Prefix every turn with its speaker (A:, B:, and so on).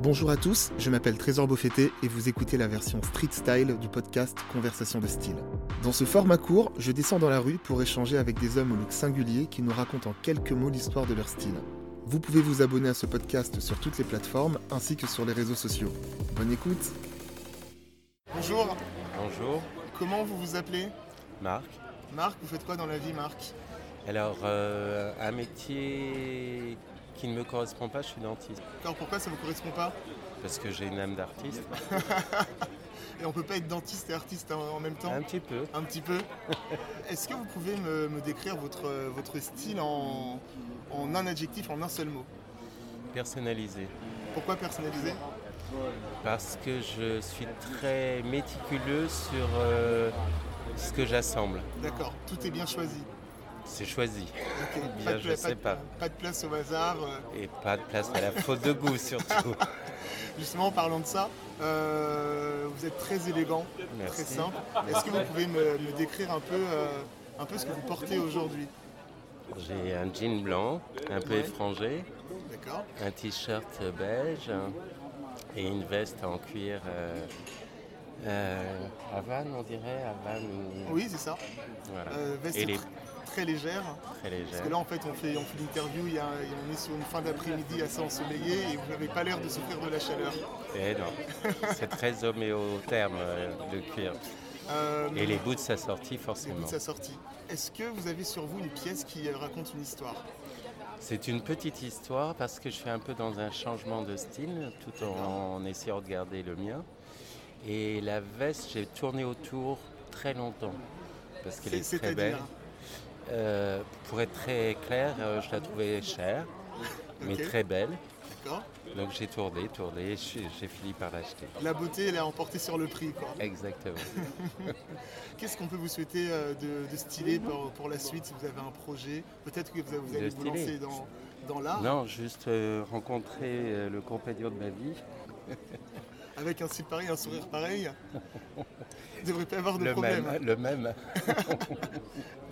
A: Bonjour à tous, je m'appelle Trésor Beaufetté et vous écoutez la version street style du podcast Conversation de style. Dans ce format court, je descends dans la rue pour échanger avec des hommes au look singulier qui nous racontent en quelques mots l'histoire de leur style. Vous pouvez vous abonner à ce podcast sur toutes les plateformes ainsi que sur les réseaux sociaux. Bonne écoute Bonjour,
B: Bonjour,
A: comment vous vous appelez
B: Marc.
A: Marc, vous faites quoi dans la vie Marc
B: Alors, euh, un métier qui ne me correspond pas, je suis dentiste.
A: Alors pourquoi ça ne vous correspond pas
B: Parce que j'ai une âme d'artiste.
A: Et on peut pas être dentiste et artiste en, en même temps
B: Un petit peu.
A: Un petit peu. Est-ce que vous pouvez me, me décrire votre, euh, votre style en, en un adjectif, en un seul mot
B: Personnalisé.
A: Pourquoi personnaliser
B: Parce que je suis très méticuleux sur euh, ce que j'assemble.
A: D'accord, tout est bien choisi.
B: C'est choisi.
A: Ok,
B: Bien,
A: pas de
B: je
A: pla-
B: sais
A: de-
B: pas.
A: pas de place au hasard. euh,
B: Et pas de place à la faute de goût surtout.
A: Justement, en parlant de ça, euh, vous êtes très élégant, très
B: Merci.
A: simple. Est-ce que vous pouvez me, me décrire un peu, euh, un peu ce que vous portez aujourd'hui
B: J'ai un jean blanc, un peu
A: Ouais.
B: effrangé,
A: D'accord
B: un t-shirt beige et une veste en cuir euh, euh, Havane, on dirait, Havane ou...
A: Oui, c'est ça.
B: Voilà.
A: Euh, veste
B: Et les-
A: tr- très légère.
B: Très
A: Parce
B: légère.
A: que là, en fait, on fait, on fait l'interview, il y a- et on est sur une fin d'après-midi assez ensoleillée et vous n'avez pas l'air de souffrir de la chaleur.
B: Eh non, c'est très homéotherme euh, le cuir.
A: Euh,
B: Et les bouts de sa sortie,
A: C'est toute
B: forcément.
A: sa sortie. Est-ce que vous avez sur vous une pièce qui euh, raconte une histoire
B: C'est une petite histoire parce que je suis un peu dans un changement de style tout en, essayant de garder le mien. Et la veste, j'ai tourné autour très longtemps parce qu'elle est,
A: C'est-
B: très belle.
A: c'est-à-dire
B: Euh, pour être très clair, euh, je la trouvais chère, mais
A: Ok.
B: très belle.
A: D'accord
B: Donc j'ai tourné, tourné, j'ai j'ai fini par l'acheter.
A: La beauté, elle est emportée sur le prix. quoi.
B: Exactement.
A: Qu'est-ce qu'on peut vous souhaiter euh, de, de stylé pour, pour la suite si vous avez un projet Peut-être que vous, vous
B: De
A: allez vous
B: stylé.
A: lancer dans, dans l'art
B: Non, juste euh, rencontrer euh, le compagnon de ma vie.
A: avec un style pareil, un sourire pareil. Vous ne devriez pas avoir de
B: Le
A: problème.
B: même, le même.